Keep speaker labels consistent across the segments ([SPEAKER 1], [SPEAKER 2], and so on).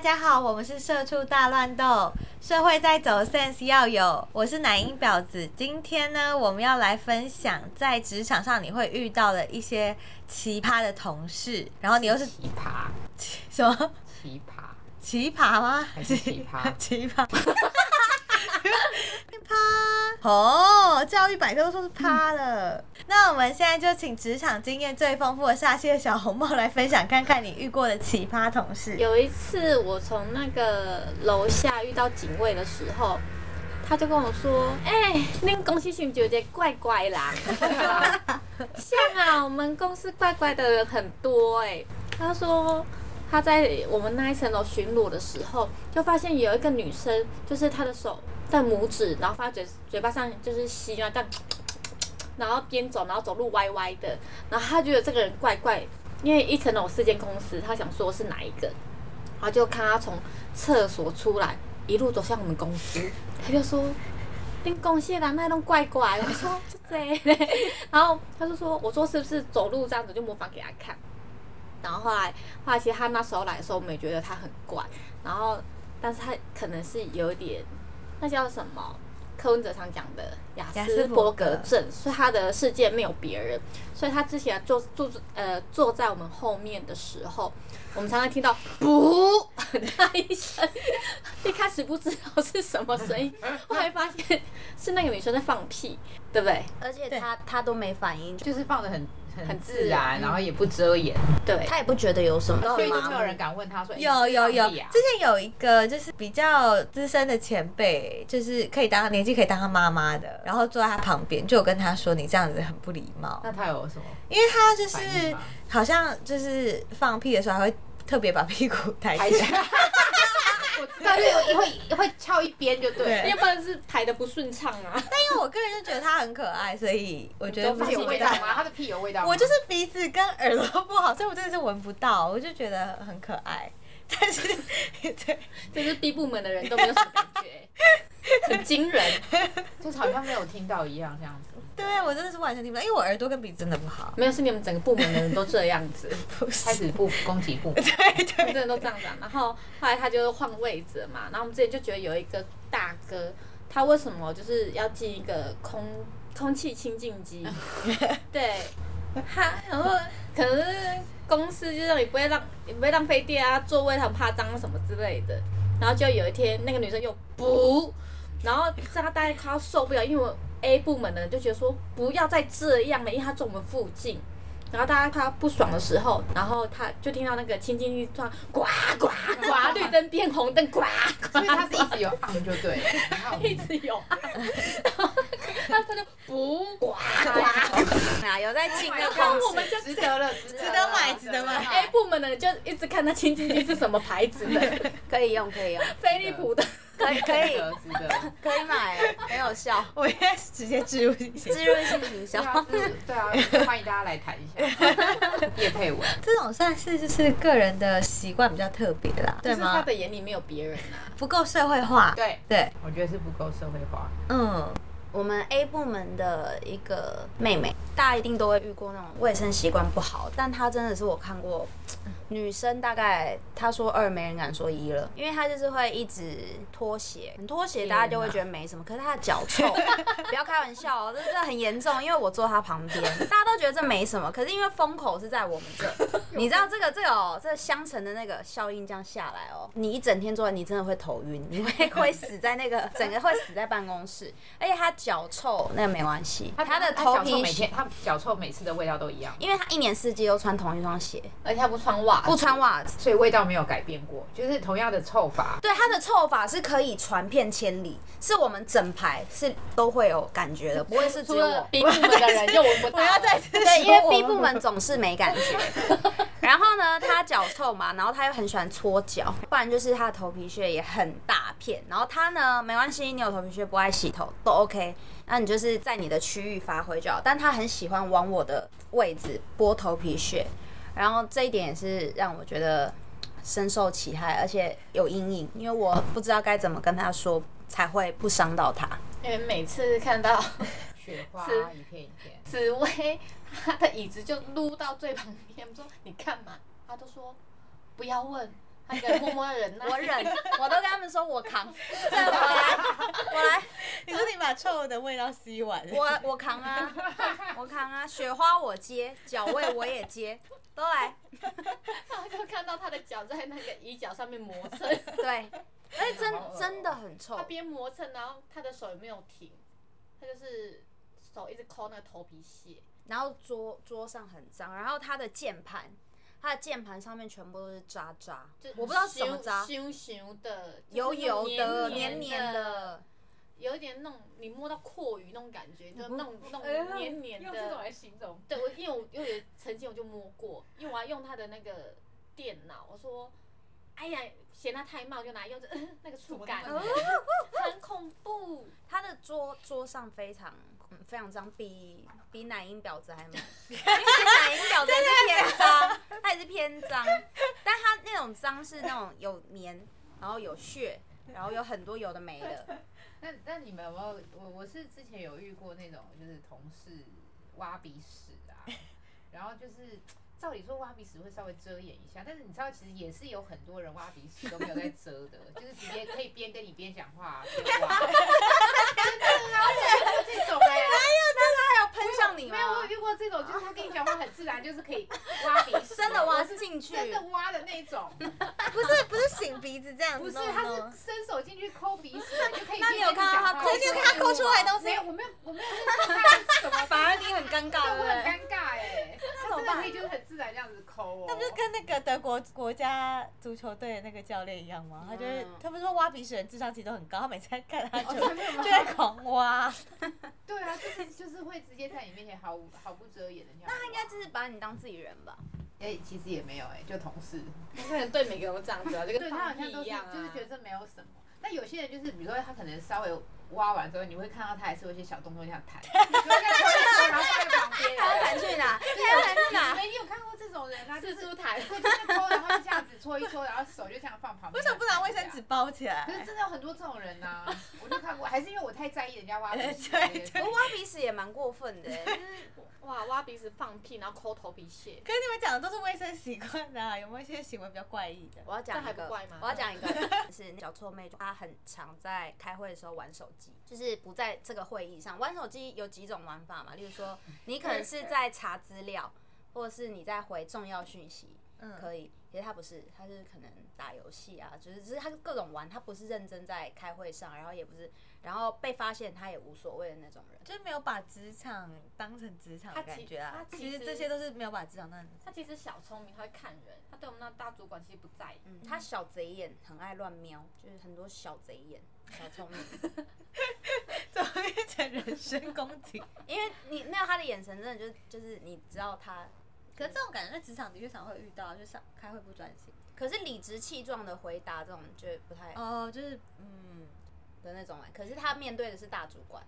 [SPEAKER 1] 家好，我们是社畜大乱斗，社会在走，sense 要有。我是奶音婊子，今天呢，我们要来分享在职场上你会遇到的一些奇葩的同事，然后你又是
[SPEAKER 2] 奇葩，
[SPEAKER 1] 什么
[SPEAKER 2] 奇葩，
[SPEAKER 1] 奇葩吗？
[SPEAKER 2] 还是奇葩
[SPEAKER 1] 奇葩，啪！哦，教育百科都说是趴了。
[SPEAKER 2] 嗯
[SPEAKER 1] 那我们现在就请职场经验最丰富的下线小红帽来分享，看看你遇过的奇葩同事。
[SPEAKER 3] 有一次我从那个楼下遇到警卫的时候，他就跟我说：“哎、恁公司是不是有点怪怪啦？ 像啊，我们公司怪怪的人很多哎、他说。他在我们那一层楼巡逻的时候，就发现有一个女生，就是她的手在拇指，然后放在嘴嘴巴上，就是吸啊，这样然后边走，然后走路歪歪的，然后他觉得这个人怪怪，因为一层楼四间公司，他想说是哪一个，然后就看他从厕所出来，一路走向我们公司，他就说。恁公司的人那种怪怪的，我说就这样， 然后他就说，我说是不是走路这样子，就模仿给他看。然后后来，后来其实他那时候来的时候，我们也觉得他很怪。然后，但是他可能是有一点，那叫什么？柯文哲常讲的雅
[SPEAKER 1] 雅斯
[SPEAKER 3] 斯伯
[SPEAKER 1] 伯格
[SPEAKER 3] 格症，所以他的世界没有别人。所以他之前坐坐呃坐在我们后面的时候，我们常常听到“噗”很大一声，一开始不知道是什么声音，后来发现是那个女生在放屁，对不对？
[SPEAKER 4] 而且
[SPEAKER 1] 对
[SPEAKER 4] 他他都没反应，
[SPEAKER 2] 就是放的很很
[SPEAKER 3] 很
[SPEAKER 2] 自
[SPEAKER 3] 自
[SPEAKER 2] 然，
[SPEAKER 3] 然
[SPEAKER 2] 然后也不遮掩，
[SPEAKER 3] 对，
[SPEAKER 4] 他也不觉得有什么，
[SPEAKER 2] 所以就
[SPEAKER 4] 麻
[SPEAKER 2] 没
[SPEAKER 4] 木
[SPEAKER 2] 有人敢问他说：“哎
[SPEAKER 1] 有有有，
[SPEAKER 2] 你是哪里啊
[SPEAKER 1] 之前有一个就是比较资深的前辈，就是可以当他年纪可以当他妈妈的，然后坐在他旁边，就有跟他说你这样子很不礼貌，
[SPEAKER 2] 那他有 什么
[SPEAKER 1] 因为他就
[SPEAKER 2] 反应
[SPEAKER 1] 是
[SPEAKER 2] 嗯吗
[SPEAKER 1] 好像就是放屁的时候还会特别把屁股抬
[SPEAKER 2] 还
[SPEAKER 1] 起
[SPEAKER 2] 哎是
[SPEAKER 1] 来，？
[SPEAKER 2] 我知道，就会会翘一边就对
[SPEAKER 1] 对
[SPEAKER 2] 了。
[SPEAKER 3] 要不然是排的不顺畅啊。
[SPEAKER 1] 但因为我个人就觉得他很可爱，所以我觉得不
[SPEAKER 2] 发
[SPEAKER 1] 行
[SPEAKER 2] 现有味道吗？他的屁有味道吗？
[SPEAKER 1] 我就是鼻子跟耳朵不好，所以我真的是闻不到，我就觉得很可爱。 但是，对，
[SPEAKER 3] 就是 B 部门的人都没有什么感觉， 很惊人。
[SPEAKER 2] 就是好像没有听到一样这样子。
[SPEAKER 1] 对我真的是完全听不到，因为我耳朵跟鼻子真的不 好。
[SPEAKER 3] 没有，是你们整个部门的人都这样子，
[SPEAKER 1] 不是
[SPEAKER 2] 开始不攻击不，
[SPEAKER 3] 真的都这样子、啊。然后后来他就换位置了嘛，然后我们之前就觉得有一个大哥，他为什么就是要进一个空空气清净机？对，他然后可能是公司就让你不会浪，你不会浪费电啊，座位很怕脏什么之类的。然后就有一天，那个女生又不，然后这他大概快要受不了，因为我 A 部门的人就觉得说不要再这样了，因为他住我们附近。然后大家快要不爽的时候，然后他就听到那个清净机突然呱呱呱，绿灯变红灯，呱呱
[SPEAKER 2] 所以他是一直有 on 就对了。你看我
[SPEAKER 3] 一
[SPEAKER 2] 们
[SPEAKER 3] 直有 啊，然后他就不呱
[SPEAKER 4] 啊，有在进
[SPEAKER 2] 那
[SPEAKER 4] 那
[SPEAKER 2] 看
[SPEAKER 4] 空
[SPEAKER 3] 我们就
[SPEAKER 2] 值得了，值
[SPEAKER 1] 值得买值 得买
[SPEAKER 3] A 哎部门的人就一直看他清净机是什么牌子的，
[SPEAKER 4] 可以用，可以用，
[SPEAKER 3] 飞利浦的。
[SPEAKER 4] 可以可
[SPEAKER 2] 值
[SPEAKER 4] 以
[SPEAKER 2] 得值得。
[SPEAKER 4] 可以买，很有效，
[SPEAKER 1] 我应该是直接植入进去。
[SPEAKER 4] 自润性营销
[SPEAKER 2] 对。啊，是对啊，欢迎大家来谈一下叶佩文。
[SPEAKER 1] 这种算是就是个人的习惯比较特别啦，对
[SPEAKER 3] 就是他
[SPEAKER 1] 吗？
[SPEAKER 3] 的眼里没有别人啊。
[SPEAKER 1] 不够社会化。
[SPEAKER 2] 对
[SPEAKER 1] 对，
[SPEAKER 2] 我觉得是不够社会化。
[SPEAKER 1] 嗯，
[SPEAKER 4] 我们 A 部门的一个妹妹，大家一定都会遇过那种卫生习惯不好，但她真的是我看过女生，大概她说二没人敢说一了，因为她就是会一直脱鞋，脱鞋大家就会觉得没什么，可是她的脚 臭，不要开玩笑哦，这这很严重，因为我坐她旁边，大家都觉得这没什么，可是因为风口是在我们 这，你知道这个这个、哦、这个相乘的那个效应这样下来哦，你一整天坐在，你真的会头晕，你会会死在那个 整个会死在办公室。而且他脚臭，那个没关系，他的
[SPEAKER 2] 脚
[SPEAKER 4] 头
[SPEAKER 2] 臭
[SPEAKER 4] 皮
[SPEAKER 2] 每
[SPEAKER 4] 屑，
[SPEAKER 2] 天他脚臭每次的味道都一样，
[SPEAKER 4] 因为他一年四季都穿同一双鞋，
[SPEAKER 3] 而且他不穿
[SPEAKER 2] 啊
[SPEAKER 3] 袜，
[SPEAKER 4] 不穿，袜子。
[SPEAKER 2] 所以味道没有改变过，就是同样的臭 法。
[SPEAKER 4] 对他的臭法是可以传遍千里，是我们整排是都会有感觉的，不会是只
[SPEAKER 3] 除
[SPEAKER 4] 有
[SPEAKER 3] 了
[SPEAKER 4] 我。
[SPEAKER 3] B 部门的 人又闻不到。
[SPEAKER 1] 不要再次
[SPEAKER 4] 对，因为
[SPEAKER 1] 说
[SPEAKER 4] B
[SPEAKER 1] 我
[SPEAKER 4] 部门总是没感 觉。然后呢，他脚臭嘛，然后他又很喜欢搓脚，不然就是他的头皮屑也很大片。然后他呢，没关系，你有头皮屑不爱洗头都 OK，那你就是在你的区域发挥就好。但他很喜欢往我的位置拨头皮屑，然后这一点也是让我觉得深受其害，而且有阴影，因为我不知道该怎么跟他说才会不伤到他。
[SPEAKER 3] 因为每次看到
[SPEAKER 2] 雪花
[SPEAKER 3] 是
[SPEAKER 2] 一片一片，
[SPEAKER 3] 紫薇，她的椅子就撸到最旁边，我说你干嘛？她都说不要问，
[SPEAKER 2] 他一个人默默忍 耐。
[SPEAKER 4] 我忍，我都跟他们说我 扛，这我来，我来，
[SPEAKER 1] 你说你把臭的味道吸完，
[SPEAKER 4] 我我扛啊，我扛啊，雪花我接，脚位我也接，都来，
[SPEAKER 3] 然后就看到他的脚在那个椅脚上面磨蹭，
[SPEAKER 4] 对，而且真
[SPEAKER 2] 好恶哦
[SPEAKER 4] 真的很臭
[SPEAKER 3] 他，边磨蹭，然后他的手也没有停，他就是手一直抠那个头皮屑，
[SPEAKER 4] 然后桌桌上很脏，然后他的键盘，他的键盘上面全部都是渣渣，
[SPEAKER 3] 就
[SPEAKER 4] 我不知道是什么渣，
[SPEAKER 3] 熊熊的，就是
[SPEAKER 4] 油油的、
[SPEAKER 3] 黏
[SPEAKER 4] 黏
[SPEAKER 3] 的，
[SPEAKER 4] 黏的，
[SPEAKER 3] 有一点那种你摸到阔鱼那种感觉，就那种那种
[SPEAKER 2] 嗯哎
[SPEAKER 3] 黏黏
[SPEAKER 2] 用这种
[SPEAKER 3] 的。
[SPEAKER 2] 来形容，
[SPEAKER 3] 对，我因为我因为曾经我就摸过，因为我要用他的那个电脑，我说。哎呀，嫌它太慢，我就拿来用这、 那个触感，啊
[SPEAKER 2] 怎么
[SPEAKER 3] 很恐怖。
[SPEAKER 4] 他的桌桌上非常。嗯非常脏，比比奶音婊子还 猛。因为奶音婊子也是偏脏，他也是偏脏，但他那种脏是那种有黏，然后有血，然后有很多有的没的。
[SPEAKER 2] 那那你们有没有？我我是之前有遇过那种，就是同事挖鼻屎啊，然后就是照理说挖鼻屎会稍微遮掩一下，但是你知道，其实也是有很多人挖鼻屎都没有在遮的，就是直接可以边跟你边讲话边 挖。 真的啊，我有遇过这种哎、
[SPEAKER 4] 他有喷向你
[SPEAKER 2] 没有，我
[SPEAKER 4] 吗
[SPEAKER 2] 有？遇过这种，就是他跟你讲话很自然，就是可以挖鼻屎，
[SPEAKER 4] 真的挖
[SPEAKER 2] 我是
[SPEAKER 4] 进去
[SPEAKER 2] 真的挖的那 种，
[SPEAKER 1] 不是不是擤鼻子这样
[SPEAKER 2] 不
[SPEAKER 1] 子
[SPEAKER 2] 是，
[SPEAKER 1] 弄
[SPEAKER 2] 他
[SPEAKER 1] 吗
[SPEAKER 2] 是？伸手进去抠鼻屎，就可以
[SPEAKER 4] 那
[SPEAKER 2] 边
[SPEAKER 4] 你
[SPEAKER 2] 跟
[SPEAKER 4] 有
[SPEAKER 2] 讲
[SPEAKER 4] 看到他
[SPEAKER 2] 话。
[SPEAKER 4] 抠
[SPEAKER 1] 可是你有看他抠出来的东西
[SPEAKER 2] 没有，我没有，我没有认识他怎么
[SPEAKER 4] 反 而你很尴尬，
[SPEAKER 2] 对
[SPEAKER 4] 对不
[SPEAKER 2] 我很
[SPEAKER 4] 对？
[SPEAKER 2] 尴尬哎、他真的可以就是很自然这样子抠哦。
[SPEAKER 1] 那不是跟那个德国国家足球队的那个教练一样吗？他就是
[SPEAKER 4] 嗯
[SPEAKER 1] 他不是说挖鼻屎的人智商其实都很高，他每次在看 他就
[SPEAKER 2] 哦真的吗
[SPEAKER 1] 就在狂 挖。
[SPEAKER 2] 对啊，就是就是会直接在你面前毫无毫不遮掩的那样。
[SPEAKER 4] 他应该只是把你当自己人吧？
[SPEAKER 2] 哎、其实也没有哎、就同事。
[SPEAKER 3] 可能对每个人都这样子啊，就
[SPEAKER 2] 对
[SPEAKER 3] 跟
[SPEAKER 2] 他好
[SPEAKER 3] 放屁
[SPEAKER 2] 像都
[SPEAKER 3] 一
[SPEAKER 2] 是
[SPEAKER 3] 样啊。
[SPEAKER 2] 就是觉得这没有什么。但有些人就是，比如说他可能稍微挖完之后，你会看到他还是有一些小动作这样弹， 然后然后放在旁边。啊
[SPEAKER 4] 他要弹去哪？他要弹去
[SPEAKER 2] 你
[SPEAKER 4] 哪？
[SPEAKER 2] 们有看过这种人啊？就
[SPEAKER 3] 四
[SPEAKER 2] 是
[SPEAKER 3] 处谈，
[SPEAKER 2] 会就是抠，然后就这样子搓一搓，然后手就这样放旁边。
[SPEAKER 1] 为什么不拿卫生纸？包起
[SPEAKER 2] 可是
[SPEAKER 1] 来？
[SPEAKER 2] 真的有很多这种人呐、我就看过，还是因为我太在意人家挖
[SPEAKER 1] 对
[SPEAKER 2] 鼻屎。
[SPEAKER 1] 对
[SPEAKER 4] 不过挖鼻屎也蛮过分的欸，就是
[SPEAKER 3] 哇，挖鼻子放屁，然后抠头皮屑，
[SPEAKER 1] 可是你们讲的都是卫生习惯啊，有没有一些行为比较怪异的？
[SPEAKER 4] 我要讲
[SPEAKER 3] 这
[SPEAKER 4] 一
[SPEAKER 3] 还
[SPEAKER 4] 个
[SPEAKER 3] 不怪吗，
[SPEAKER 4] 我要讲一个，是那小臭妹，她很常在开会的时候玩手机，就是不在这个会议上玩手机。有几种玩法嘛？例如说，你可能是在查资料，或者是你在回重要讯息，可以。其实她不是，她是可能打游戏啊，就是只是她是各种玩，她不是认真在开会上，然后也不是，然后被发现她也无所谓的那种人。
[SPEAKER 1] 就是没有把职场当成职场的
[SPEAKER 3] 他
[SPEAKER 1] 感
[SPEAKER 3] 其
[SPEAKER 1] 觉啊。
[SPEAKER 3] 他
[SPEAKER 1] 其
[SPEAKER 3] 其
[SPEAKER 1] 实
[SPEAKER 3] 实
[SPEAKER 1] 这些都是没有把职场当成。
[SPEAKER 3] 他其实小聪明，他会看人，他对我们那大主管其实不在意。
[SPEAKER 4] 嗯，她小贼眼，很爱乱瞄，就是很多小贼眼、小聪明。
[SPEAKER 1] 怎么 变成人身攻击？
[SPEAKER 4] 因为你没有她的眼神，真的就是就是你知道她。
[SPEAKER 1] 可是这种感觉在职场的确常会遇到，就上开会不专心。
[SPEAKER 4] 可是理直气壮的回答这种就不太
[SPEAKER 1] 哦，就是嗯，
[SPEAKER 4] 的那种哎、可是他面对的是大主管，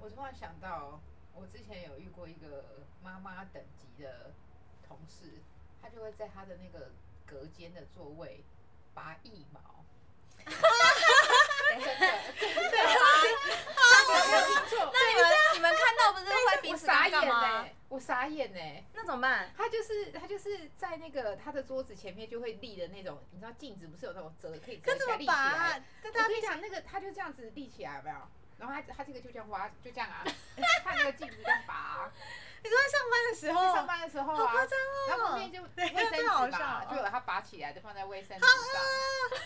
[SPEAKER 2] 我突然想到，我之前有遇过一个妈妈等级的同事，她就会在她的那个隔间的座位拔腋毛。真的，真的，我没有听错，
[SPEAKER 4] 那你们你们看到不是会彼
[SPEAKER 2] 我
[SPEAKER 4] 此
[SPEAKER 2] 傻眼欸
[SPEAKER 4] 干
[SPEAKER 2] 呢、
[SPEAKER 4] 嘛？
[SPEAKER 2] 我傻眼呢、
[SPEAKER 4] 那怎么办？
[SPEAKER 2] 他就是他就是在那个他的桌子前面就会立的那种，你知道镜子不是有那种折可以折
[SPEAKER 1] 可
[SPEAKER 2] 起
[SPEAKER 1] 怎么啊
[SPEAKER 2] 来立起来
[SPEAKER 1] 拔？这
[SPEAKER 2] 我
[SPEAKER 1] 他
[SPEAKER 2] 跟你讲，那个他就这样子立起来，有没有？然后他他这个就这样挖，就这 样啊，他那个镜子这样拔、啊。
[SPEAKER 1] 你说在上班的时候，
[SPEAKER 2] 上班的时候
[SPEAKER 1] 好
[SPEAKER 2] 啊，
[SPEAKER 1] 夸张
[SPEAKER 2] 然后
[SPEAKER 1] 哦！
[SPEAKER 2] 旁边就卫
[SPEAKER 1] 对
[SPEAKER 2] 生
[SPEAKER 1] 这好
[SPEAKER 2] 纸
[SPEAKER 1] 笑
[SPEAKER 2] 嘛，
[SPEAKER 1] 哦啊
[SPEAKER 2] 就把它拔起来，就放在卫生纸上。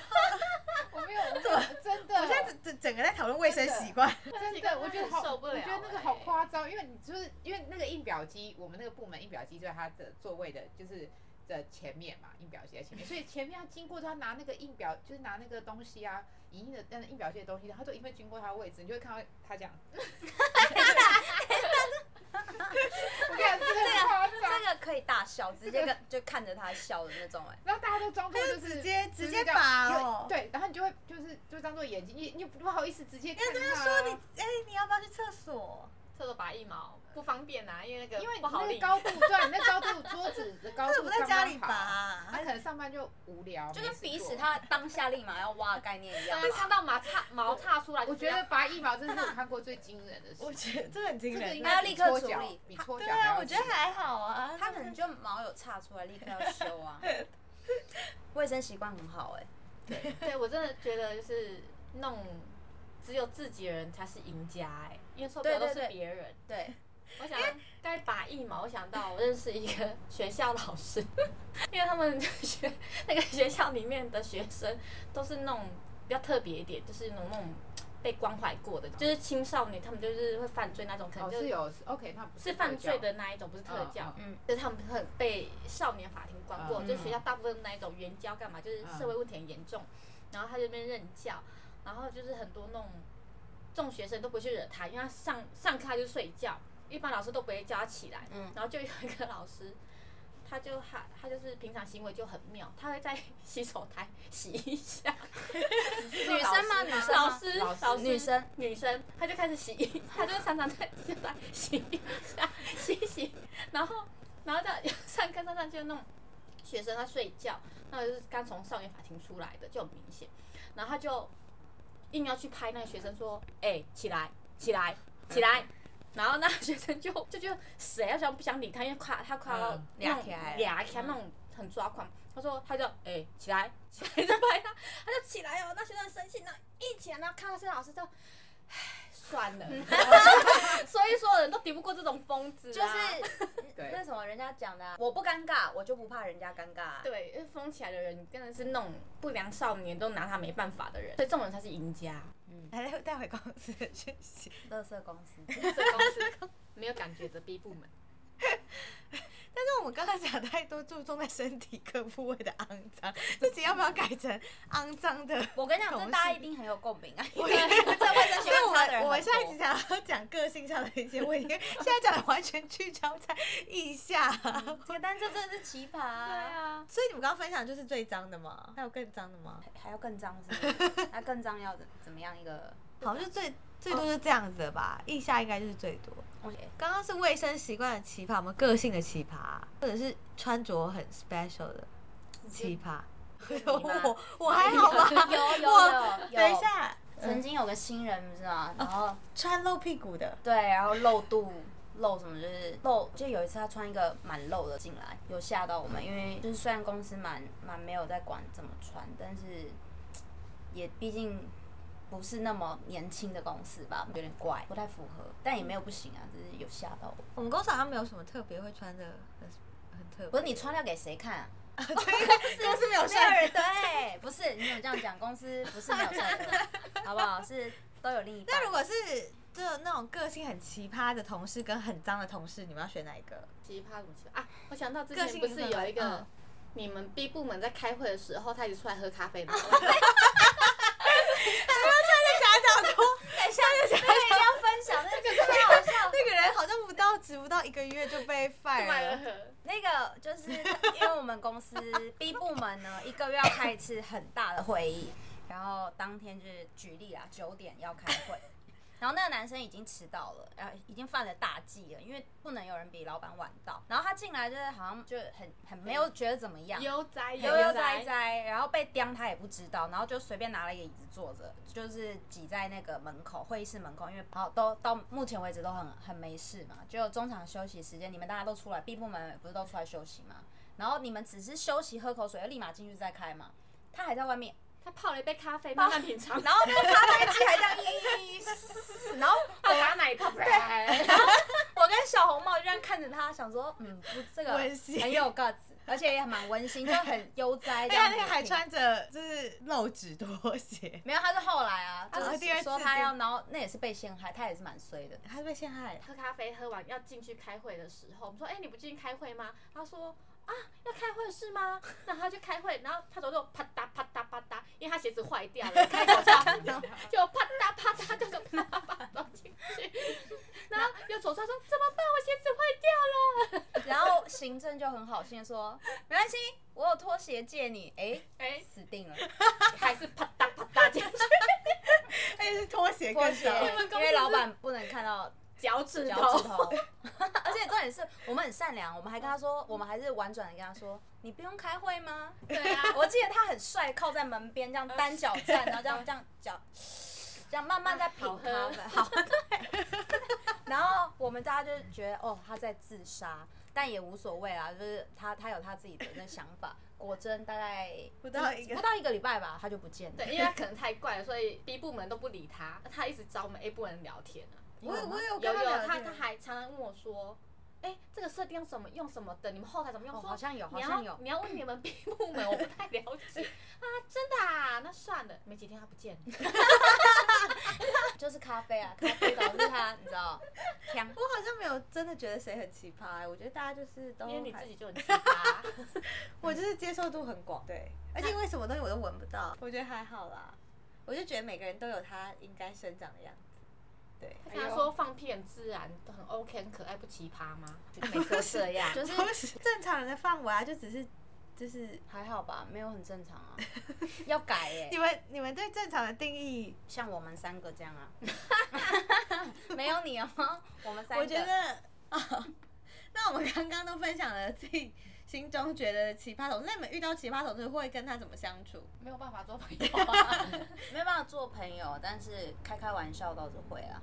[SPEAKER 2] 我没有，我没有真的，
[SPEAKER 1] 我现在整整整个在讨论卫生习惯，
[SPEAKER 2] 真的，我觉得好，
[SPEAKER 3] 这个我很受不了欸
[SPEAKER 2] 我觉得那个好夸张，因为你就是因为那个印表机，我们那个部门印表机就在它的座位的，就是的前面嘛，印表机在前面，所以前面要经过，他拿那个印表，就是拿那个东西啊，影印的那个印表机的东西，然后都因为经过他的位置，你就会看到他 这样。我跟你讲，这个很夸张。
[SPEAKER 4] 这个可以大笑，直接跟就看着他笑的那种哎、
[SPEAKER 2] 然后大家都装作就是
[SPEAKER 1] 直接
[SPEAKER 2] 就是
[SPEAKER 1] 直接
[SPEAKER 2] 这样
[SPEAKER 1] 拔
[SPEAKER 2] 因为
[SPEAKER 1] 哦
[SPEAKER 2] 对，然后你就会就是就当做眼睛，你你不好意思直接看
[SPEAKER 1] 因为真的
[SPEAKER 2] 他
[SPEAKER 1] 说你
[SPEAKER 2] 啊，
[SPEAKER 1] 哎，你要不要去厕所？
[SPEAKER 3] 厕所拔一毛不方便啊，因为那个
[SPEAKER 2] 因为你
[SPEAKER 3] 不好
[SPEAKER 2] 那
[SPEAKER 3] 立
[SPEAKER 2] 个。高度，对啊，你那高度桌子的高
[SPEAKER 1] 他 怎
[SPEAKER 2] 度
[SPEAKER 1] 么在家里拔
[SPEAKER 2] 刚刚好，
[SPEAKER 1] 啊？
[SPEAKER 2] 他可能上班就无聊，
[SPEAKER 4] 就跟
[SPEAKER 2] 没
[SPEAKER 4] 彼
[SPEAKER 2] 事
[SPEAKER 4] 此
[SPEAKER 2] 做。
[SPEAKER 4] 他当下立马要挖的概念一样
[SPEAKER 3] 大。啊家看
[SPEAKER 1] 啊
[SPEAKER 3] 到马叉毛叉出来，
[SPEAKER 2] 我觉得拔疫苗真是我看过最惊人的
[SPEAKER 1] 我
[SPEAKER 2] 事，
[SPEAKER 1] 觉得这很惊
[SPEAKER 2] 这个
[SPEAKER 1] 人啊
[SPEAKER 2] 应。
[SPEAKER 4] 他要
[SPEAKER 2] 该
[SPEAKER 4] 立
[SPEAKER 2] 比
[SPEAKER 4] 刻
[SPEAKER 2] 搓
[SPEAKER 4] 处
[SPEAKER 2] 脚
[SPEAKER 4] 理
[SPEAKER 2] 比搓
[SPEAKER 1] 对
[SPEAKER 2] 脚还
[SPEAKER 1] 啊，
[SPEAKER 2] 要
[SPEAKER 1] 我觉得
[SPEAKER 2] 紧
[SPEAKER 1] 还好啊。
[SPEAKER 4] 他可能就毛有岔出来，立刻要修啊。卫生习惯很好哎、
[SPEAKER 3] 对我真的觉得就是弄只有自己人才是赢家哎、因为受不了都
[SPEAKER 4] 对对
[SPEAKER 3] 是
[SPEAKER 4] 对
[SPEAKER 3] 别人。
[SPEAKER 4] 对，
[SPEAKER 3] 我想到大概拔腋毛，我想到我认识一个学校老师， 因为他们学那个学校里面的学生都是那种比较特别一点，就是那种那种被关怀过的，就是青少年，他们就是会犯罪那种，可能
[SPEAKER 2] 哦，
[SPEAKER 3] 就是
[SPEAKER 2] 有是 OK，那不
[SPEAKER 3] 是
[SPEAKER 2] 是
[SPEAKER 3] 犯罪
[SPEAKER 2] 特教
[SPEAKER 3] 的那一种，不是特教，
[SPEAKER 4] 嗯嗯
[SPEAKER 3] 就是他们很被少年法庭关过，
[SPEAKER 2] 嗯
[SPEAKER 3] 就是学校大部分那一种援交干嘛，就是社会问题很严重，然后他就那边任教，然后就是很多那种这种学生都不会去惹他，因为他上上课他就睡觉，一般老师都不会叫他起来，
[SPEAKER 4] 嗯
[SPEAKER 3] 然后就有一个老师。他就他他就是平常行为就很妙，他会在洗手台洗一下，
[SPEAKER 4] 女生吗？女生
[SPEAKER 3] 老
[SPEAKER 4] 吗？
[SPEAKER 3] 师
[SPEAKER 2] 老师
[SPEAKER 3] 老师
[SPEAKER 4] 女生
[SPEAKER 3] 女生，她就开始洗 衣，她就常常在就在洗衣下洗一洗，然后然后到上课上上就那种学生他睡觉，那就是刚从少年法庭出来的就很明显，然后他就硬要去拍那个学生说，哎、起来起来起
[SPEAKER 1] 嗯
[SPEAKER 3] 来。然后那个学生就就觉得谁要想不想理他，因为快他快要
[SPEAKER 2] 嗯
[SPEAKER 3] 那
[SPEAKER 1] 俩
[SPEAKER 3] 种
[SPEAKER 1] 起来了
[SPEAKER 3] 俩起来那种很抓狂。他说他就哎、起来 起来就拍他，他就起来哦。那学生很生气，那一起来，然后看到是老师就算 了，所以所有人都敌不过这种疯子、
[SPEAKER 4] 就
[SPEAKER 3] 啊，
[SPEAKER 4] 是
[SPEAKER 2] 对
[SPEAKER 4] 那什么人家讲的啊、我不尴尬，我就不怕人家尴尬、啊。
[SPEAKER 3] 对，因为疯起来的人真的是那种不良少年都拿他没办法的人，所以这种人才是赢家。
[SPEAKER 1] 还带带回公司去洗。
[SPEAKER 4] 乐色公司，
[SPEAKER 3] 这公司没有感觉的 B 部门，
[SPEAKER 1] 但是我们刚才讲太多注重在身体各部位的肮脏，自己要不要改成肮脏的？
[SPEAKER 4] 我跟你讲，
[SPEAKER 1] 同
[SPEAKER 4] 这
[SPEAKER 1] 事
[SPEAKER 4] 大家一定很有共鸣啊！因
[SPEAKER 1] 我
[SPEAKER 4] 为这卫生习
[SPEAKER 1] 因为我
[SPEAKER 4] 惯差的人
[SPEAKER 1] 们我们
[SPEAKER 4] 很
[SPEAKER 1] 现在只
[SPEAKER 4] 多。
[SPEAKER 1] 想要讲个性上的一些问题， 因为现在讲的完全聚焦在腋下。
[SPEAKER 4] 这个但这真的是奇葩、
[SPEAKER 3] 对
[SPEAKER 4] 啊，
[SPEAKER 3] 啊，
[SPEAKER 1] 所以你们刚刚分享就是最脏的嘛？还有更脏的吗？
[SPEAKER 4] 还要更脏是不是？那更脏要怎怎么样一 个？
[SPEAKER 1] 好像就最最多就这样子了吧，腋下应该就是最多。
[SPEAKER 4] 我
[SPEAKER 1] 刚刚是卫生习惯的奇葩，我们个性的奇葩，或者是穿着很 special 的奇 葩。我我还好吧？
[SPEAKER 4] 有有
[SPEAKER 1] 我
[SPEAKER 4] 有有
[SPEAKER 1] 等一下，嗯
[SPEAKER 4] 曾经有个新人不是吗？
[SPEAKER 1] 哦
[SPEAKER 4] 然后
[SPEAKER 1] 穿露屁股的，
[SPEAKER 4] 对，然后露肚。露什么就是露，就有一次他穿一个蛮露的进来，有吓到我们，因为就是虽然公司蛮蛮没有在管怎么穿，但是嘖也毕竟不是那么年轻的公司吧，有点怪，不太符合，但也没有不行啊，只是有吓到我。
[SPEAKER 1] 我们公司好像没有什么特别会穿的很很特别。
[SPEAKER 4] 不是你穿料给谁 看、啊？
[SPEAKER 1] 公司没有
[SPEAKER 4] 没有
[SPEAKER 1] 帅
[SPEAKER 4] 人对，不是你有这样讲，公司不是没有帅 哥，好不好？是都有另一半。
[SPEAKER 1] 那如果是就那种个性很奇葩的同事跟很脏的同事，你们要选哪一个？
[SPEAKER 3] 奇葩怎么奇葩啊？我想到之
[SPEAKER 1] 个
[SPEAKER 3] 前
[SPEAKER 1] 性
[SPEAKER 3] 不是有一
[SPEAKER 1] 很嗯
[SPEAKER 3] 个你们 B 部门在开会的时候，他一直出来喝咖 啡吗？
[SPEAKER 1] 家长说，等
[SPEAKER 4] 哎
[SPEAKER 1] 一下，等一下，
[SPEAKER 4] 对要分享那个太好笑了。
[SPEAKER 1] 那个人好像不到职不到一个月就被 fire 了。
[SPEAKER 3] 对
[SPEAKER 4] 那个就是因为我们公司 B 部门呢，一个月要开一次很大的会议，然后当天就是举例啊，九点要开会，然后那个男生已经迟到了，然后已经犯了大忌了，因为不能有人比老板晚到。然后他进来就是好像就很很没有觉得怎么样，
[SPEAKER 3] 悠哉
[SPEAKER 4] 悠悠哉，哉，然后被刁他也不知道，然后就随便拿了一个椅子坐着，就是挤在那个门口会议室门口，因为好都到目前为止都很很没事嘛，就中场休息时间，你们大家都出来，B 部门不是都出来休息嘛，然后你们只是休息喝口水，立马进去再开嘛，他还在外 面，
[SPEAKER 3] 他泡了一杯咖啡，慢慢品 尝，
[SPEAKER 4] 然后那个咖啡机还在样，然后
[SPEAKER 3] 他拿奶 泡，
[SPEAKER 4] 我跟小红帽就这样看着他，想说，嗯，不这 个
[SPEAKER 1] 温馨
[SPEAKER 4] 很有 guts，而且也蛮温馨，就很悠 哉这
[SPEAKER 1] 对
[SPEAKER 4] 样
[SPEAKER 1] 啊，
[SPEAKER 4] 子
[SPEAKER 1] 那
[SPEAKER 4] 听，
[SPEAKER 1] 个还穿着就是露趾拖鞋，
[SPEAKER 4] 没有，他是后来啊，
[SPEAKER 1] 啊
[SPEAKER 4] 就
[SPEAKER 1] 第二
[SPEAKER 4] 是
[SPEAKER 1] 次
[SPEAKER 4] 说他要，然后那也是被陷害，他也是蛮衰的。
[SPEAKER 1] 他是被陷 害了。
[SPEAKER 3] 喝咖啡喝完要进去开会的时候，我们说：“哎、你不进去开会吗？”他说：“啊，要开会是吗？”然后他就开会，然后他走走啪嗒啪嗒啪嗒，因为他鞋子坏掉了，开口罩， 就啪嗒啪嗒，就走啪嗒啪嗒走进去，然后又走出来说：“怎么办？我鞋子坏掉了。
[SPEAKER 4] 然后行政就很好心地说，没关系，我有拖鞋借你。哎、
[SPEAKER 3] 哎
[SPEAKER 4] 死定了，
[SPEAKER 3] 还是啪嗒啪嗒进去，
[SPEAKER 1] 哎，是拖鞋
[SPEAKER 4] 拖
[SPEAKER 1] 更
[SPEAKER 4] 鞋，
[SPEAKER 1] 脏。
[SPEAKER 3] 们公
[SPEAKER 4] 因
[SPEAKER 3] 司
[SPEAKER 4] 为
[SPEAKER 3] 是
[SPEAKER 4] 老板不能看到
[SPEAKER 3] 脚趾
[SPEAKER 4] 脚
[SPEAKER 3] 头
[SPEAKER 4] 趾头。 而且重点是我们很善良，我们还跟他说，我们还是婉转的跟他说，你不用开会吗？
[SPEAKER 3] 对啊，
[SPEAKER 4] 我记得他很帅，靠在门边这样单脚站，然后这样这样脚，这样慢慢在品
[SPEAKER 3] 好喝
[SPEAKER 4] 咖啡，好 对。然后我们大家就觉得哦，他在自杀，但也无所谓啦，就是他他有他自己的那想法。果真大概
[SPEAKER 1] 不到一个
[SPEAKER 4] 不到一个礼拜吧，他就不见了。哦
[SPEAKER 3] 对，因为他可能太怪了，所以 B 部门都不理他，他一直找我们 A 部门聊天啊。
[SPEAKER 1] 我有我有
[SPEAKER 3] 有
[SPEAKER 1] 跟他
[SPEAKER 3] 有
[SPEAKER 1] 聊，啊
[SPEAKER 3] 他他还常常问我说。哎、这个设定要怎么用什么的？你们后台怎么用？
[SPEAKER 4] 哦
[SPEAKER 3] 说
[SPEAKER 4] 好像有
[SPEAKER 3] 你
[SPEAKER 4] 好像
[SPEAKER 3] 要
[SPEAKER 4] 有
[SPEAKER 3] 你要问你们 B 部门，我不太了解啊，真的啊，那算了。没几天他不见了，
[SPEAKER 4] 就是咖啡啊，咖啡导致他，你知道，呛
[SPEAKER 1] 我好像没有真的觉得谁很奇葩、欸我觉得大家就是都
[SPEAKER 3] 因为你
[SPEAKER 1] 还
[SPEAKER 3] 自己就很奇葩。
[SPEAKER 1] 我就是接受度很广，对，而且因为什么东西我都闻不到，我觉得还好啦。我就觉得每个人都有他应该生长的样子，对，
[SPEAKER 3] 他跟他说放屁很自然，都很 OK，很可爱，不奇葩吗？就每次都这样，
[SPEAKER 4] 就是啊
[SPEAKER 1] 正常人的范围啊，就只是就是
[SPEAKER 4] 还好吧，没有很正常啊，要改哎、
[SPEAKER 1] 你们你们对正常的定义，
[SPEAKER 4] 像我们三个这样啊， 没有你哦，我们三个，
[SPEAKER 1] 我觉得啊，那我们刚刚都分享了自己心中觉得的奇葩同事，那你们遇到奇葩同事会跟他怎么相处？
[SPEAKER 2] 没有办法做朋 友啊。
[SPEAKER 4] 没办法做朋友，但是开开玩笑倒是会啊。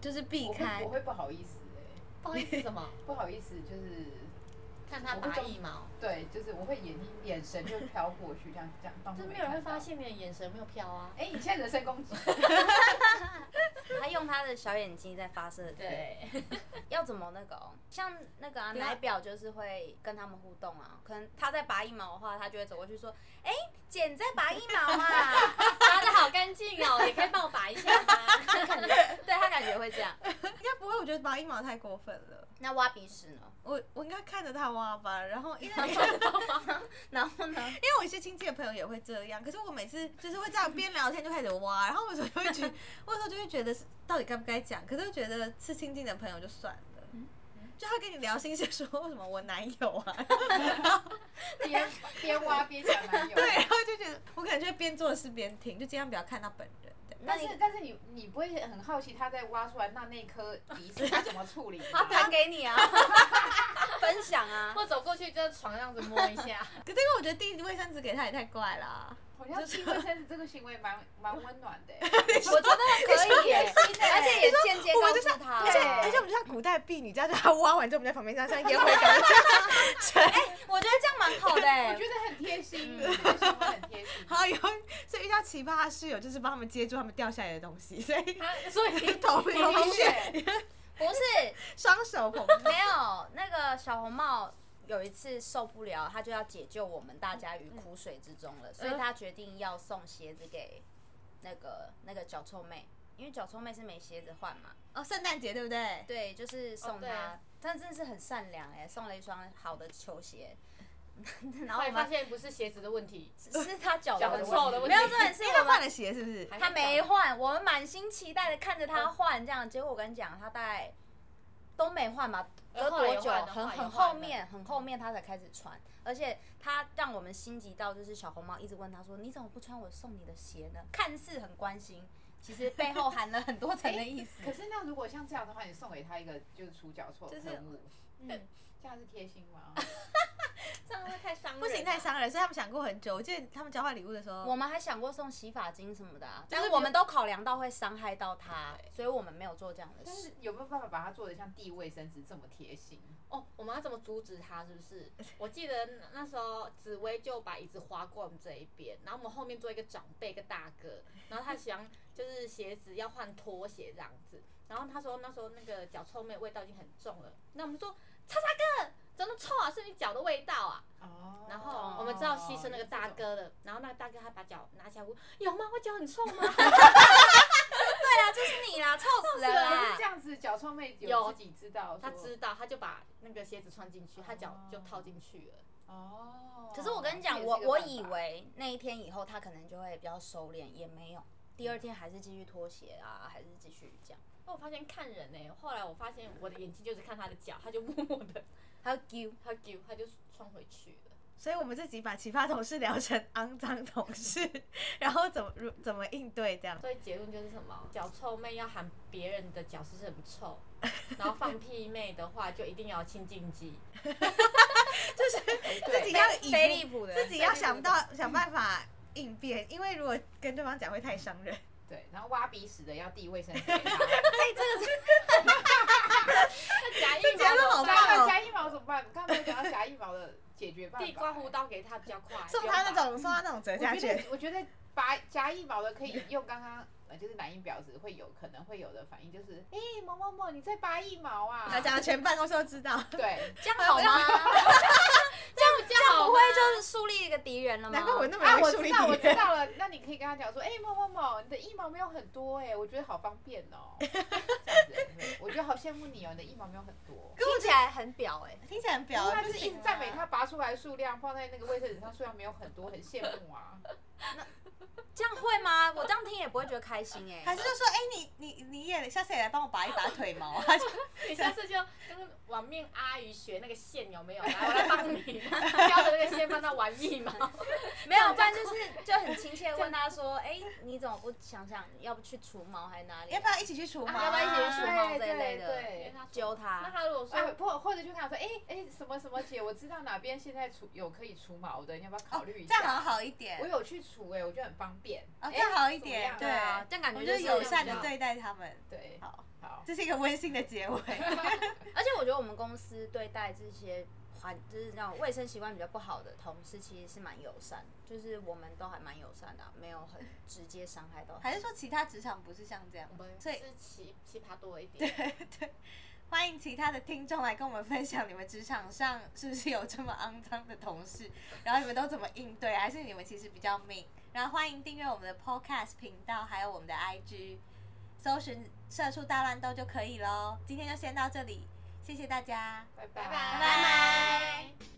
[SPEAKER 1] 就是避
[SPEAKER 2] 我会
[SPEAKER 1] 开
[SPEAKER 2] 我，会不好意思哎、
[SPEAKER 3] 不好意思，什么？
[SPEAKER 2] 不好意思，就是
[SPEAKER 3] 看他拔一毛，
[SPEAKER 2] 对，就是我会眼睛眼神就飘过去，这样这样，当
[SPEAKER 3] 就
[SPEAKER 2] 作
[SPEAKER 3] 没有人会
[SPEAKER 2] 看到
[SPEAKER 3] 发。现你的眼神没有飘啊。
[SPEAKER 2] 哎、你现在人身攻击，
[SPEAKER 4] 他用他的小眼睛在发射，，
[SPEAKER 3] 对，
[SPEAKER 4] 要怎么那个、哦？像那个啊，
[SPEAKER 1] 要
[SPEAKER 4] 奶表就是会跟他们互动啊，可能他在拔一毛的话，他就会走过去说：“哎、姐你在拔一毛 啊
[SPEAKER 5] 拔的好干净哦，也可以帮我拔一下 吗？？”
[SPEAKER 4] 对他感觉会这样。
[SPEAKER 1] 应该不会，我觉得拔一毛太过分了。
[SPEAKER 4] 那挖鼻屎呢？
[SPEAKER 1] 我我应该看着他挖吧，然后因为因 为
[SPEAKER 4] 然后 呢？
[SPEAKER 1] 我一些亲戚的朋友也会这样，可是我每次就是会这样边聊天就开始挖，然后我有时候就会觉得，我有时候就会觉得是到底该不该讲，可是又觉得是亲近的朋友就算了，
[SPEAKER 4] 嗯
[SPEAKER 1] 就他跟你聊心事说为什么我男友啊，
[SPEAKER 2] 边边挖边讲男友。
[SPEAKER 1] 对，
[SPEAKER 3] 啊
[SPEAKER 1] 然后就觉得我可能就会边做事边听，就尽量不要看到本人这样。
[SPEAKER 2] 但是但是你你不会很好奇他在挖出来那那颗鼻屎他怎么处 理吗？
[SPEAKER 4] 他弹给你啊， 分享啊。
[SPEAKER 3] 或走过去就床上子摸一下，
[SPEAKER 1] 可是因为我觉得递卫生纸给他也太怪啊啦，
[SPEAKER 2] 好像亲卫生纸这个行为蛮蛮温暖的、欸
[SPEAKER 4] 我觉得可以耶，而且也间接告诉他，
[SPEAKER 1] 而且而且我们就像古代婢女，这样就他挖完之后我们在旁边这样像烟灰 缸这样
[SPEAKER 4] 我觉得这样蛮好的 欸
[SPEAKER 2] 我
[SPEAKER 4] 耶
[SPEAKER 2] 觉。得很贴心，
[SPEAKER 3] 嗯
[SPEAKER 2] 这个行为很贴心。
[SPEAKER 1] 然后有所以遇到奇葩的室友就是帮他们接住他们掉下来的东西，所以
[SPEAKER 3] 他所以
[SPEAKER 1] 头流血，
[SPEAKER 4] 不是，
[SPEAKER 1] 双手捧
[SPEAKER 4] 没有那个小红帽。有一次受不了，他就要解救我们大家于苦水之中
[SPEAKER 3] 嗯
[SPEAKER 4] 了，所以他决定要送鞋子给那个那个脚臭妹，因为脚臭妹是没鞋子换嘛。
[SPEAKER 1] 哦，圣诞节对不对？
[SPEAKER 4] 对，就是送
[SPEAKER 3] 哦对
[SPEAKER 4] 他，但真的是很善良哎、送了一双好的 球鞋，然后
[SPEAKER 3] 后来
[SPEAKER 4] 我
[SPEAKER 3] 发
[SPEAKER 4] 们
[SPEAKER 3] 现不是鞋子的问题，
[SPEAKER 4] 是他脚
[SPEAKER 3] 脚
[SPEAKER 4] 的
[SPEAKER 3] 很臭的问题
[SPEAKER 4] 问题，没有，重点是
[SPEAKER 1] 因为他
[SPEAKER 4] 我
[SPEAKER 1] 换
[SPEAKER 4] 们
[SPEAKER 1] 了鞋，是不是？
[SPEAKER 4] 他没 换，我们满心期待的看着他换这样，结果我跟你讲，他大概都没换嘛，隔
[SPEAKER 3] 呃后来
[SPEAKER 4] 多
[SPEAKER 3] 有
[SPEAKER 4] 久？
[SPEAKER 3] 换的
[SPEAKER 4] 很
[SPEAKER 3] 后来有
[SPEAKER 4] 很
[SPEAKER 3] 换
[SPEAKER 4] 后
[SPEAKER 3] 的
[SPEAKER 4] 面，很后面他才开始穿，而且他让我们心急到就是小红帽一直问他说：“你怎么不穿我送你的鞋呢？”看似很关心，其实背后含了很多层的意思。
[SPEAKER 2] 哎可是那如果像这样的话，你送给他一个就是除脚臭的喷雾，
[SPEAKER 3] 嗯，
[SPEAKER 2] 这样是贴心吗？
[SPEAKER 3] 这样会太伤人，啊
[SPEAKER 1] 不行，太。伤人，所以他们想过很久。我记得他们交换礼物的时候，
[SPEAKER 4] 我们还想过送洗发精什么的、啊，
[SPEAKER 1] 就是
[SPEAKER 4] 但是我们都考量到会伤害到他，所以我们没有做这样的
[SPEAKER 2] 但
[SPEAKER 4] 事
[SPEAKER 2] 是。有没有办法把它做的像递卫生纸这么贴心？
[SPEAKER 3] 哦，我们要怎么阻止他？是不是？ 我记得那时候紫薇就把椅子划过我们这一边，然后我们后面坐一个长辈，一个大哥，然后他想 就是鞋子要换拖鞋这样子，然后他说那时候那个脚臭味味道已经很重了，那我们说叉叉哥怎么臭啊？是你脚的味道啊？
[SPEAKER 2] 哦
[SPEAKER 3] 然后我们知道牺牲那个大哥了，然后那个大哥他把脚拿起来问，有吗？我脚很臭吗？
[SPEAKER 4] 对啊，就是你啦，臭死了
[SPEAKER 2] 可
[SPEAKER 4] 啦
[SPEAKER 2] 是这！样子，脚臭妹有
[SPEAKER 3] 有
[SPEAKER 2] 自己知道说，
[SPEAKER 3] 他知道，他就把那个鞋子穿进去，他脚就套进去了。
[SPEAKER 2] 哦。
[SPEAKER 4] 可是我跟你讲，
[SPEAKER 2] 这也
[SPEAKER 4] 我
[SPEAKER 2] 是一个
[SPEAKER 4] 我
[SPEAKER 2] 办法
[SPEAKER 4] 以为那一天以后他可能就会比较收敛，也没有。第二天还是继续脱鞋啊，还是继续这样，
[SPEAKER 3] 哦我发现看人呢、欸后来我发现我的眼睛就是看他的脚，他就默默的，
[SPEAKER 4] 还有丢。
[SPEAKER 3] 他丢，他就穿回去了。
[SPEAKER 1] 所以我们自己把奇葩同事聊成肮脏同事，然后怎么如怎么应对这样。
[SPEAKER 3] 所以结论就是什么？脚臭妹要喊别人的脚是不是很 臭，然后放屁妹的话就一定要清净机，
[SPEAKER 1] 自己要
[SPEAKER 4] 飞
[SPEAKER 1] 以
[SPEAKER 4] 利浦的，
[SPEAKER 1] 自己要想到想办法应变，因为如果跟对方讲会太伤人。
[SPEAKER 2] 对，然后挖鼻屎的要递卫生 纸给他，
[SPEAKER 3] 那假一
[SPEAKER 1] 这结论好
[SPEAKER 3] 毛
[SPEAKER 1] 棒哦
[SPEAKER 2] 加一毛怎么办？刚刚没有讲到假一毛的解决办法、欸
[SPEAKER 6] 递刮胡刀给他比较 快，
[SPEAKER 1] 送他那
[SPEAKER 6] 有吧
[SPEAKER 1] 种送他那种折价
[SPEAKER 2] 我觉
[SPEAKER 1] 券
[SPEAKER 2] 得，我觉得拔夹一毛的可以用刚刚呃，就是男音婊子会有可能会有的反应，就是哎、某某某，你在拔一毛啊？
[SPEAKER 1] 他讲全办公室都知道。
[SPEAKER 2] 对，
[SPEAKER 6] 这样好吗？这样这样
[SPEAKER 4] 不会就是树立一个敌人了吗？
[SPEAKER 1] 难怪我那
[SPEAKER 2] 啊，
[SPEAKER 1] 么
[SPEAKER 2] 我
[SPEAKER 1] 有树
[SPEAKER 2] 知
[SPEAKER 1] 立
[SPEAKER 2] 道，我
[SPEAKER 1] 敌
[SPEAKER 2] 知
[SPEAKER 1] 人。
[SPEAKER 2] 道了。那你可以跟他讲说，哎、某某某，你的一毛没有很多哎、我觉得好方便哦、这样子，对我觉得好羡慕你哦、你的一毛没有很多。
[SPEAKER 4] 听起来很表哎、
[SPEAKER 1] 听起来很表
[SPEAKER 2] 然后
[SPEAKER 1] 啊，
[SPEAKER 2] 他
[SPEAKER 1] 不
[SPEAKER 2] 就是一
[SPEAKER 1] 行
[SPEAKER 2] 直赞美他拔出来的数量，放在那个卫生纸上数量没有很多，很羡慕啊。
[SPEAKER 4] 这样会吗？我这样听也不会觉得开心哎、
[SPEAKER 1] 还是就说，哎、你你你也下次也来帮我拔一拔腿毛啊？
[SPEAKER 6] 你下次就跟碗面阿姨学那个线有没有？来，我来帮 你挑的那个线放到玩意嘛。
[SPEAKER 4] 没有，不然就是就很亲切 地问他说，哎、你怎么不想想，要不去除毛还是哪里？
[SPEAKER 1] 要不要一起去除
[SPEAKER 2] 啊
[SPEAKER 1] 毛、啊哦
[SPEAKER 4] 要不要一起去除毛
[SPEAKER 2] 对
[SPEAKER 4] 这一类的？
[SPEAKER 2] 对对
[SPEAKER 4] 揪
[SPEAKER 6] 那
[SPEAKER 4] 他，
[SPEAKER 6] 他如果
[SPEAKER 2] 哎，
[SPEAKER 6] 说
[SPEAKER 2] 或或者就跟他说，哎、哎、什么什么姐，我知道哪边现在除有可以除毛的，你要不要考虑一
[SPEAKER 1] 这
[SPEAKER 2] 下？
[SPEAKER 1] 样好像好一点
[SPEAKER 2] 我。有去除哎、我觉得很方便。
[SPEAKER 1] 哦，
[SPEAKER 2] 哎
[SPEAKER 1] 这样好一点，
[SPEAKER 2] 怎
[SPEAKER 1] 对
[SPEAKER 2] 么样
[SPEAKER 1] 啊，
[SPEAKER 4] 这样感
[SPEAKER 1] 我们
[SPEAKER 4] 觉就
[SPEAKER 1] 就是友善啊的
[SPEAKER 4] 比较
[SPEAKER 1] 对待他们。
[SPEAKER 2] 对，
[SPEAKER 1] 好，
[SPEAKER 2] 好，
[SPEAKER 1] 这是一个温馨的结尾。
[SPEAKER 4] 而且我觉得我们公司对待这些环，就是那种卫生习惯比较不好的同事，其实是蛮友善，就是我们都还蛮友善的啊、没有很直接伤害到他。
[SPEAKER 1] 还是说其他职场不是像这样
[SPEAKER 6] 我？们
[SPEAKER 1] 所以
[SPEAKER 6] 是奇奇葩多一点，
[SPEAKER 1] 欢迎其他的听众来跟我们分享，你们职场上是不是有这么肮脏的同事？ 然后你们都怎么应对？还是你们其实比较命？然后欢迎订阅我们的 Podcast 频道，还有我们的 IG，搜寻“社畜大乱斗”就可以喽。今天就先到这里，谢谢大家。
[SPEAKER 2] 拜
[SPEAKER 6] 拜
[SPEAKER 2] 拜
[SPEAKER 6] 拜
[SPEAKER 1] 拜。